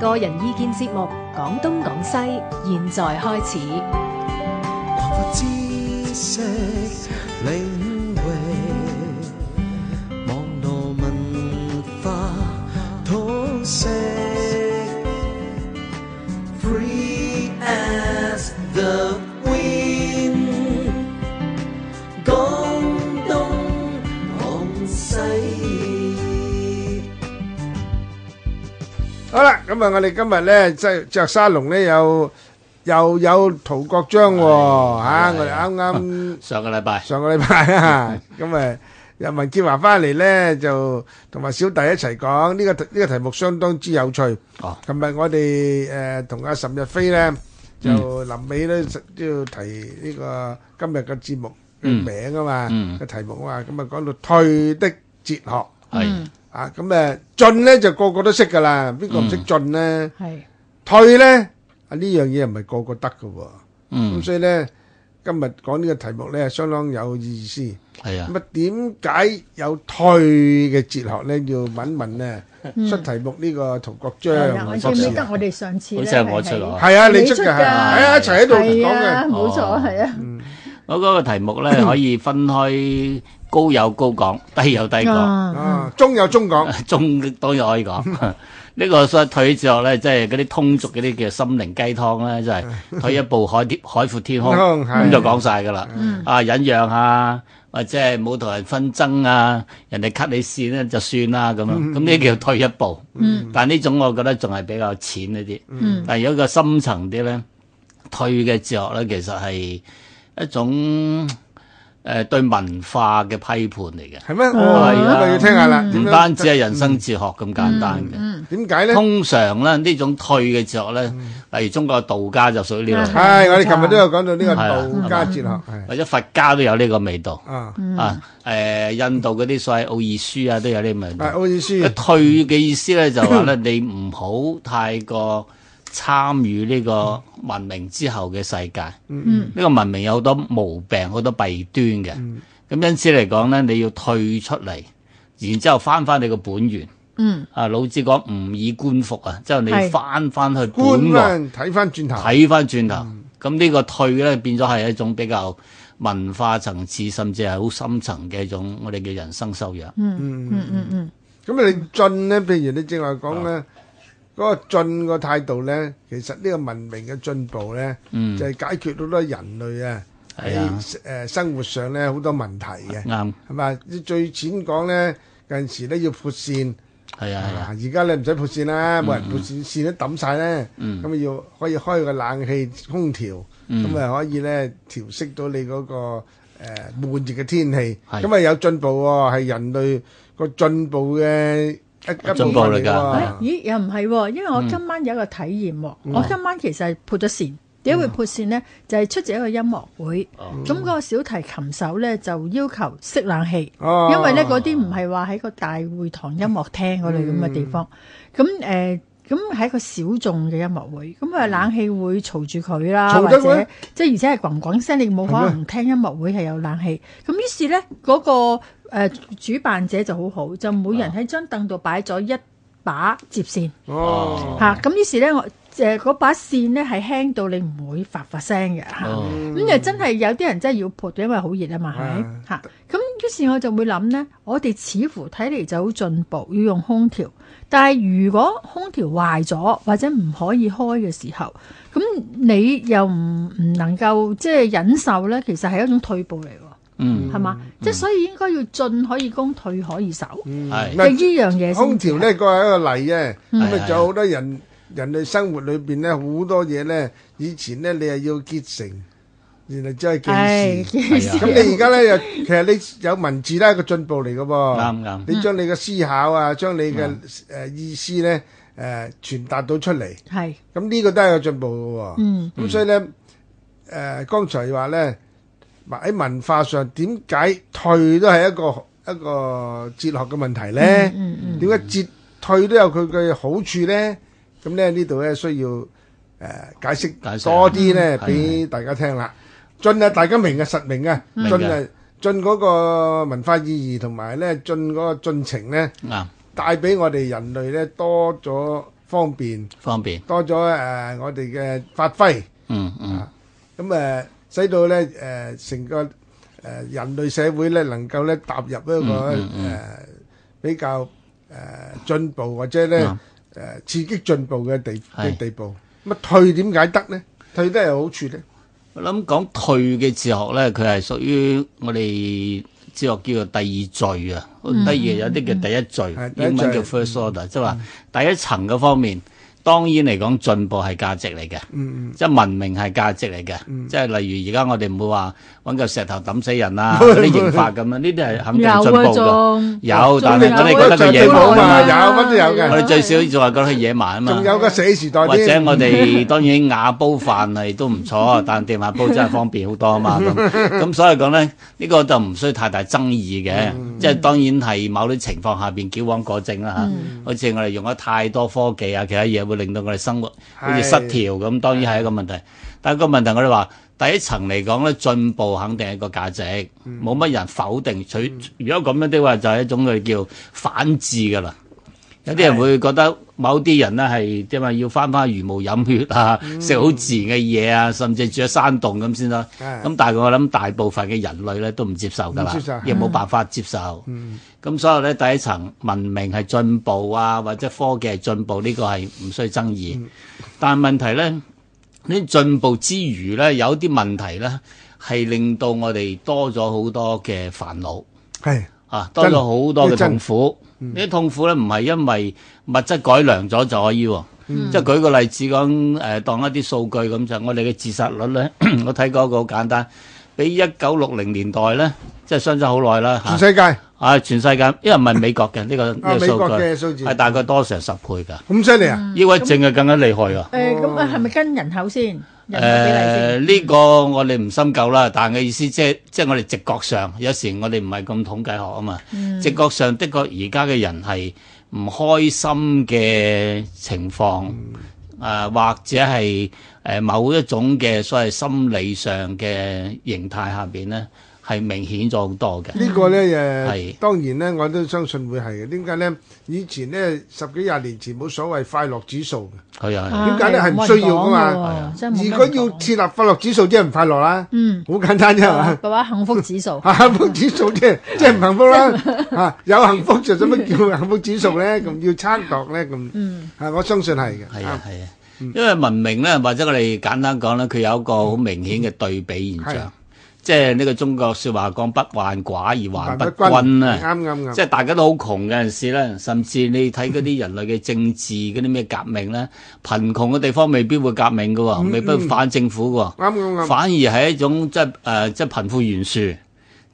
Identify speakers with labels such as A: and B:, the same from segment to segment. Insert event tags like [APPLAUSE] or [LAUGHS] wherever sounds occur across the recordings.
A: 個人意見節目《講東講西》，現在開始。
B: 擴闊知識領域，網絡文化通識，Free as the wind，講東講西。
C: 好啦，咁啊，我哋今日咧即係着沙龍咧，有又有陶國章喎嚇，我哋啱 [LAUGHS] 啱
D: 上個禮拜
C: 上個禮
D: [LAUGHS]
C: 拜啊，咁啊，由文建華翻嚟咧，就同埋小弟一齊講呢個題呢個題目相當之有趣。
D: 哦，
C: 琴日我哋誒同阿岑日飛咧，就臨尾咧都要提呢個今日嘅節目嘅
D: 嗯
C: 名啊嘛
D: 嗯，
C: 個題目啊嘛，咁啊講到退的哲學
D: 係
C: 啊，咁誒進咧就個個都識噶啦，邊個唔識進咧？
A: 係
C: 退咧啊呢樣嘢唔係個個得嘅喎，咁、
D: 嗯
C: 所以咧今日講呢個題目咧相當有意思。
D: 係啊
C: 咁啊點解有退嘅哲學咧？要問問咧出題目呢個陶國章
E: 係啦，
C: 啊
E: 我記
C: 博
E: 唔
C: 士
E: 記得
C: 啊，
E: 我哋上次
D: 好
E: 咧
D: 似係我出咯
C: 係啊，你出嘅
E: 你出
C: 係
E: 㗎
C: 啊係啊，一齊喺度
E: 係
C: 講
E: 啊，
C: 嘅，嗯
E: 冇
D: 哦
E: 錯，係啊，
D: 我嗰個題目咧可以分開高有高講，低有低講，
E: 啊
C: 啊中有中講，
D: [LAUGHS] 中當然可以講。 [LAUGHS] 呢個所謂退哲學咧，即係嗰啲通俗嗰啲叫心靈雞湯咧，就 [LAUGHS] 係退一步海天海闊天空，
C: 嗯係
D: 咁就講晒㗎啦。啊，忍讓啊，或者係冇同人紛爭啊，人哋 cut 你線咧就算啦咁樣。咁呢叫退一步。但呢種我覺得仲係比較淺一啲。但如果個深層啲咧，退嘅哲學咧，其實係一種誒、呃、對文化嘅批判嚟嘅，
C: 係咩？
D: 啊
C: 哦，咁咪要聽下啦，點
D: 唔
C: 樣
D: 單止係人生哲學咁簡單嘅。
C: 點解咧？
D: 通常咧呢種退嘅哲學咧，例如中國嘅道家就屬於呢類，
C: 係我哋琴日都有講到呢個
D: 係啊
C: 道家哲學，係
D: 或者佛家都有呢個味道。
C: 啊，
D: 啊，誒、印度嗰啲所謂奧義書啊，都有呢個味道
C: 係。好意思
D: 個，退嘅意思咧就話
E: [LAUGHS]
D: 咧，你唔好太過參與呢個文明之後嘅世界。
E: 嗯
D: 呢個文明有好多毛病，好多弊端嘅。
E: 嗯
D: 咁因此嚟講咧，你要退出嚟，然之後翻翻你個本源。
E: 嗯，
D: 啊，老子講唔以官服啊，之後你
E: 係
D: 翻翻去
C: 觀
D: 本來，
C: 翻睇翻轉頭，
D: 睇翻轉頭。
E: 嗯
D: 咁呢個退咧變咗係一種比較文化層次，甚至係好深層嘅一種我哋嘅人生修養。
E: 嗯嗯嗯，
C: 咁你進咧，譬如你正話講咧，
D: 啊
C: 嗰個進個態度咧，其實呢個文明嘅進步咧，
D: 嗯
C: 就係解決好多人類啊
D: 係啊
C: 喺誒生活上咧好多問題嘅，
D: 啱，
C: 係嘛？最淺講咧，近時咧要潑線，
D: 係啊，係啊
C: 啊，而家你唔使潑線啦，冇人潑線，線都抌晒咧，咁啊要可以開個冷氣空調，咁啊可以咧調適到你嗰個誒悶熱嘅天氣，
D: 係
C: 咁啊有進步喎，係人類個進步嘅一一部
D: 進步
C: 分嚟
D: 嚟㗎
E: 哎
C: 㗎。
E: 咦又唔係喎，因為
D: 嗯
E: 我今晚有一個體驗喎，我今晚其實係潑咗線。點解會潑線呢？
D: 嗯
E: 就係出席一個音樂會，
D: 哦
E: 咁嗰個小提琴手呢，就要求熄冷氣，
C: 哦
E: 因為呢嗰啲唔係話喺個大會堂音樂廳嗰類咁嘅地方。
C: 嗯
E: 咁誒，咁係一個小眾嘅音樂會，咁啊冷氣會嘈住佢啦，
C: 嗯嘈
E: 或
C: 得佢
E: 者即係而且係滾滾聲，你冇可能聽音樂會係有冷氣。咁於是呢，嗰、個、呃、主辦者就好好，就每人喺張凳度擺咗一把接線
C: 哦，
E: 嚇。咁、於是呢，我誒嗰、把線呢係輕到你唔會發發聲嘅嚇。
D: 哦
E: 咁就真係有啲人真係要潑，因為好熱啊嘛，係咪
C: 嗯
E: 嚇？咁於是我就會諗呢，我哋似乎睇嚟就好進步，要用空調。但係如果空調壞咗或者唔可以開嘅時候，咁你又唔唔能夠即係忍受呢，其實係一種退步嚟喎，
D: 嗯。
E: 係嘛？即係所以應該要進可以攻，退可以守，
D: 係
E: 即係呢樣嘢
C: 空
E: 先至
C: 調
E: 係。
C: 咧，個係一個例啫。咁
D: 係
C: 啊，
D: 係
C: 仲有好多人人類生活裏邊咧，好多嘢咧，以前咧你係要結成，然後再記
E: 係
C: 事。
E: 幾
D: 啊
E: 時
C: 咁你而家咧又其實你有文字都係一個進步嚟嘅噃，
D: 啊啱嗯啱
C: 你將你嘅思考啊，將你嘅誒意思咧誒傳達到出嚟，
E: 係
C: 咁呢個都係一個進步嘅喎。
E: 嗯
C: 咁所以咧誒，剛才話咧喺文化上點解退都係一個一個哲學嘅問題咧？
E: 嗯嗯
C: 點解折退都有佢嘅好處咧？咁咧呢度咧需要誒解
D: 解
C: 釋
D: 釋
C: 多啲咧
D: 嗯係
C: 俾大家聽啦。進啊，大家明嘅實明嘅，
D: 明
C: 進啊
D: 嘅
C: 進嗰個文化意義同埋咧進嗰個進程咧，
D: 啱
C: 帶俾我哋人類咧多咗方便，
D: 方便。
C: 多咗誒、呃我哋嘅發揮，
D: 嗯嗯
C: 啊咁誒、呃使到咧誒成個誒、呃人類社會咧能夠咧踏入一個誒、
D: 嗯嗯嗯
C: 呃比較誒、呃、進步或者咧誒、
D: 嗯
C: 呃刺激進步嘅地嘅
D: 係
C: 地步。乜退點解得咧？退都有好處咧。
D: 我諗講退嘅哲學咧，佢係屬於我哋哲學叫做第二序啊。
E: 嗯
D: 第二有啲叫第一
C: 嗯
D: 序，
C: 啊係第一序嗯
D: 英文叫 first order，即係話第一層嘅方面，當然嚟講進步係價值嚟嘅，即係文明係價值嚟嘅，
C: 嗯
D: 即係例如而家我哋唔會話揾嚿石頭抌死人
C: [LAUGHS]
D: 啦，嗰啲刑法咁樣，呢啲係肯定係進
E: 有啊，
D: 步嘅。
E: 仲
D: 有，
E: 仲
D: 但係我哋
E: 有
D: 覺
E: 啊
D: 得佢野
E: 仲
D: 蠻啊
E: 啊
D: 嘛，
C: 有乜都有嘅
D: 我哋最少就話覺得佢野蠻啊嘛。
C: 仲有個死時代
D: 或者
C: 添，
D: 我哋 [LAUGHS] 當然瓦煲飯係都唔錯，但電話煲真係方便好多啊嘛。咁咁所以講咧，呢、呢個就唔需要太大爭議嘅，即係當然係某啲情況下邊矯枉過正啦嚇。好似我哋用咗太多科技啊，其他嘢會令到我哋生活好似失調咁，當然係一個問題。但係個問題我哋話。第一層嚟講咧，進步肯定係一個價值，冇乜人否定。取如果咁樣的話，就係一種佢叫反智㗎啦。有啲人會覺得某啲人咧係即係話要翻翻茹毛飲血啊，食好自然嘅嘢啊，甚至住喺山洞咁先啦。
C: 係
D: 咁但係我諗大部分嘅人類咧都唔接受㗎
C: 唔接受嗯
D: 啦，亦冇辦法接受。咁所以咧，第一層文明係進步啊，或者科技係進步，呢個係唔需要爭議。
C: 嗯
D: 但係問題咧，呢進步之餘咧，有啲問題咧係令到我哋多咗好多嘅煩惱。
C: 係
D: 啊，多咗好多嘅
C: 真嗯
D: 痛苦。呢啲痛苦咧，唔係因為物質改良咗就可以喎。
C: 嗯
D: 即係舉個例子講，誒、當一啲數據咁就，我哋嘅自殺率咧，
C: 嗯
D: [CLEARS THROAT] 我睇過一個好簡單，比一九六零年代咧，即係相差好耐啦
C: 全
D: 嚇。
C: 世界啊
D: 啊，全世界，因為唔係美國嘅呢、個呢、個
C: 美國嘅
D: 數
C: 數字
D: 據，係大概多成十倍㗎。
C: 咁犀利啊！
D: 抑鬱症係更加厲害㗎。
E: 誒，咁啊，係咪跟人口先？人口比
D: 誒
E: 例先？
D: 呃呢個我哋唔深究啦，但係嘅意思即係即係我哋直覺上有時我哋唔係咁統計學啊嘛，
E: 嗯
D: 直覺上的確而家嘅人係唔開心嘅情況，誒、啊或者係誒、呃某一種嘅所謂心理上嘅形態下邊咧，係明顯咗好多嘅。
C: 呢個咧誒
D: 係，
C: 當然咧，我都相信會係嘅。點解咧？以前咧十幾廿年前冇所謂快樂指數嘅。
D: 佢啊，
E: 啊，
C: 點解咧？係唔需要㗎嘛。
E: 係啊，冇人講㗎喎，真係冇
C: 如
E: 乜人
C: 果要
E: 講。
C: 設立快樂指數，即係唔快樂啦，
E: 嗯，
C: 好簡單啫，係嘛？嗯
E: 嘅話，幸福指數。
C: 幸福指數即 [LAUGHS] 係即係唔幸福啦，啊有幸福就使 [LAUGHS] 乜叫幸福指數咧？咁要測度咧咁，
E: 嗯，
C: 啊我相信係嘅，
D: 係啊，係啊，因為文明咧，或者我哋簡單講咧，佢有一個好明顯嘅對比現
C: 係
D: 象，即係呢個中國説話講不患寡而
C: 啊
D: 患不均啊。
C: 啱啱
D: 即
C: 啱，
D: 係大家都好窮嘅陣時咧，甚至你睇嗰啲人類嘅政治嗰啲咩革命咧，貧窮嘅地方未必會革命嘅喎，未必會反政府嘅
C: 啱啱
D: 喎，
C: 啱，
D: 反而係一種即係誒、呃即係貧富懸殊，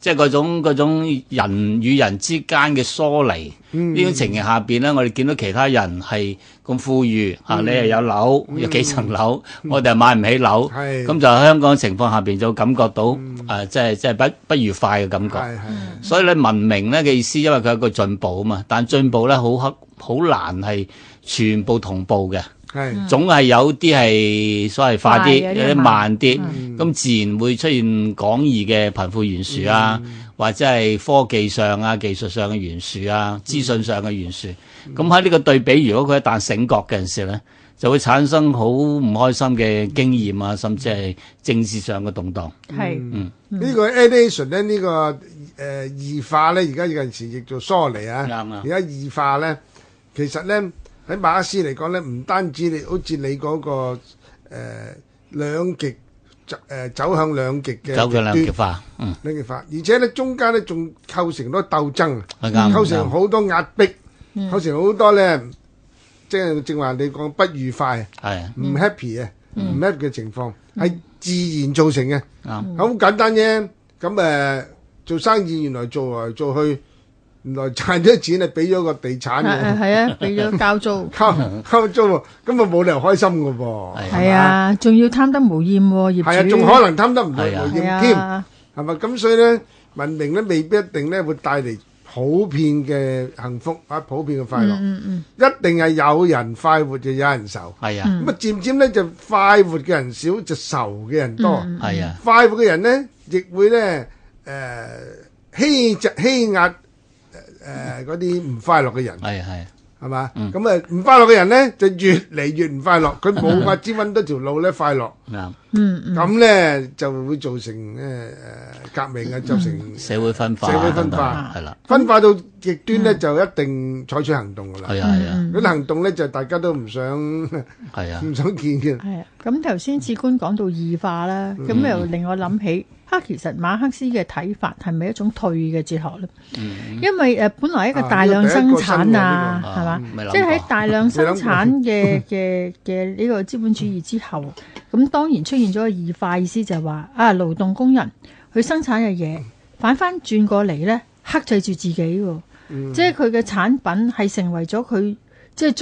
D: 即係嗰種嗰種人與人之間嘅疏離。呢
C: 嗯
D: 種情形下邊咧，我哋見到其他人係咁富裕嚇、
C: 嗯
D: 你又有樓，有幾層樓，我哋係買唔起樓，
C: 係嗯
D: 咁就香港情況下邊就感覺到誒、呃即係即係不不愉快嘅感覺。
C: 係係
D: 所以咧文明咧嘅意思，因為佢係一個進步啊嘛，但進步咧好黑好難係全部同步嘅，
C: 係
D: 總係有啲係所謂快
E: 嗯快
D: 啲，
E: 嘅
D: 有
E: 有
D: 啲
E: 啲慢嗯
D: 慢啲，咁、自然會出現廣義嘅貧富懸殊啊，
C: 嗯
D: 或者係科技上啊、技術上嘅懸殊
C: 嗯
D: 啊、資訊上嘅懸殊。咁喺呢個對比，如果佢一旦醒覺嘅陣時咧，就會產生好唔開心嘅經驗
C: 嗯
D: 啊，甚至係政治上嘅動盪。
E: 係，
C: 呢個 addition 咧呢個誒異化咧，而家有陣時亦做疏離啊，
D: 啱啊
C: 而家異化咧，其實咧喺馬克思嚟講咧，唔單止你好似你嗰個誒兩極走誒走向兩極嘅
D: 走向兩
C: 極
D: 極
C: 端
D: 化，嗯，
C: 兩極化，而且咧中間咧仲構成咗鬥爭，
D: 係啱
C: 構
D: 啱
C: 成嗯好多壓迫，構成好多咧，即係正話你講不愉快、
D: 係啊
C: 唔 happy 啊、唔 happy 嘅情況，係自然造成嘅，
D: 啱。
E: 嗯
C: 好簡單啫。咁誒做生意原來做來做去，原來賺咗錢係俾咗個地產嘅，
E: 係，係，係啊，俾咗交租。
C: 交 [LAUGHS] 交租喎，咁啊冇理由開心嘅噃，
D: 係
C: 係
E: 係
C: 嘛，
E: 啊，仲要貪得無厭喎，業主。
C: 係啊，仲可能貪得唔到
D: 係啊
C: 冇
E: 係
C: 添。
E: 啊，
C: 係咪？咁所以咧，文明咧未必一定咧會帶嚟普遍嘅幸福或者普遍嘅快樂，
E: 嗯嗯
C: 一定係有人快活就有人愁。
D: 係
C: 咁
D: 啊，
C: 啊、漸漸咧就快活嘅人少，就愁嘅人多。
D: 係啊，
C: 快活嘅人咧，亦呃會咧誒、呃欺欺壓誒嗰啲唔快樂嘅人。
D: 係係
C: 係嘛？
D: 嗯
C: 咁啊唔快樂嘅人咧就越嚟越唔快樂，佢冇法子揾到條路咧快樂，
D: 啱
E: 嗯嗯
C: 咁咧就會造成咧誒革命啊，造成
D: 社會分化啊，
C: 社會分化
D: 等等係啦，
C: 分化到極端咧，就一定採取行動噶啦。
D: 係啊係
E: 嗯
D: 啊
C: 嗰啲行動咧就大家都唔想
D: [LAUGHS]
C: 唔
D: 係啊，
C: 想見嘅。
E: 系啊，咁頭先志官講到異化啦，
C: 嗯
E: 咁又令我諗起，啊，其實馬克思嘅睇法係咪一種退嘅哲學咧？
C: 嗯
E: 因為誒，本來一
C: 啊
E: 個大量生產啊，
D: 啊
E: 係嘛
D: 呢個第一個新嘅呢個啊未諗，過
E: 即係喺大量生產嘅嘅嘅呢個資本主義之後，咁當然出現咗個異化，意思就係話啊，勞動工人佢生產嘅
D: 嗯
E: 嘢反翻轉過
D: 嗯
E: 嚟咧，克制住自己喎，即係佢嘅產品係成為咗佢即係。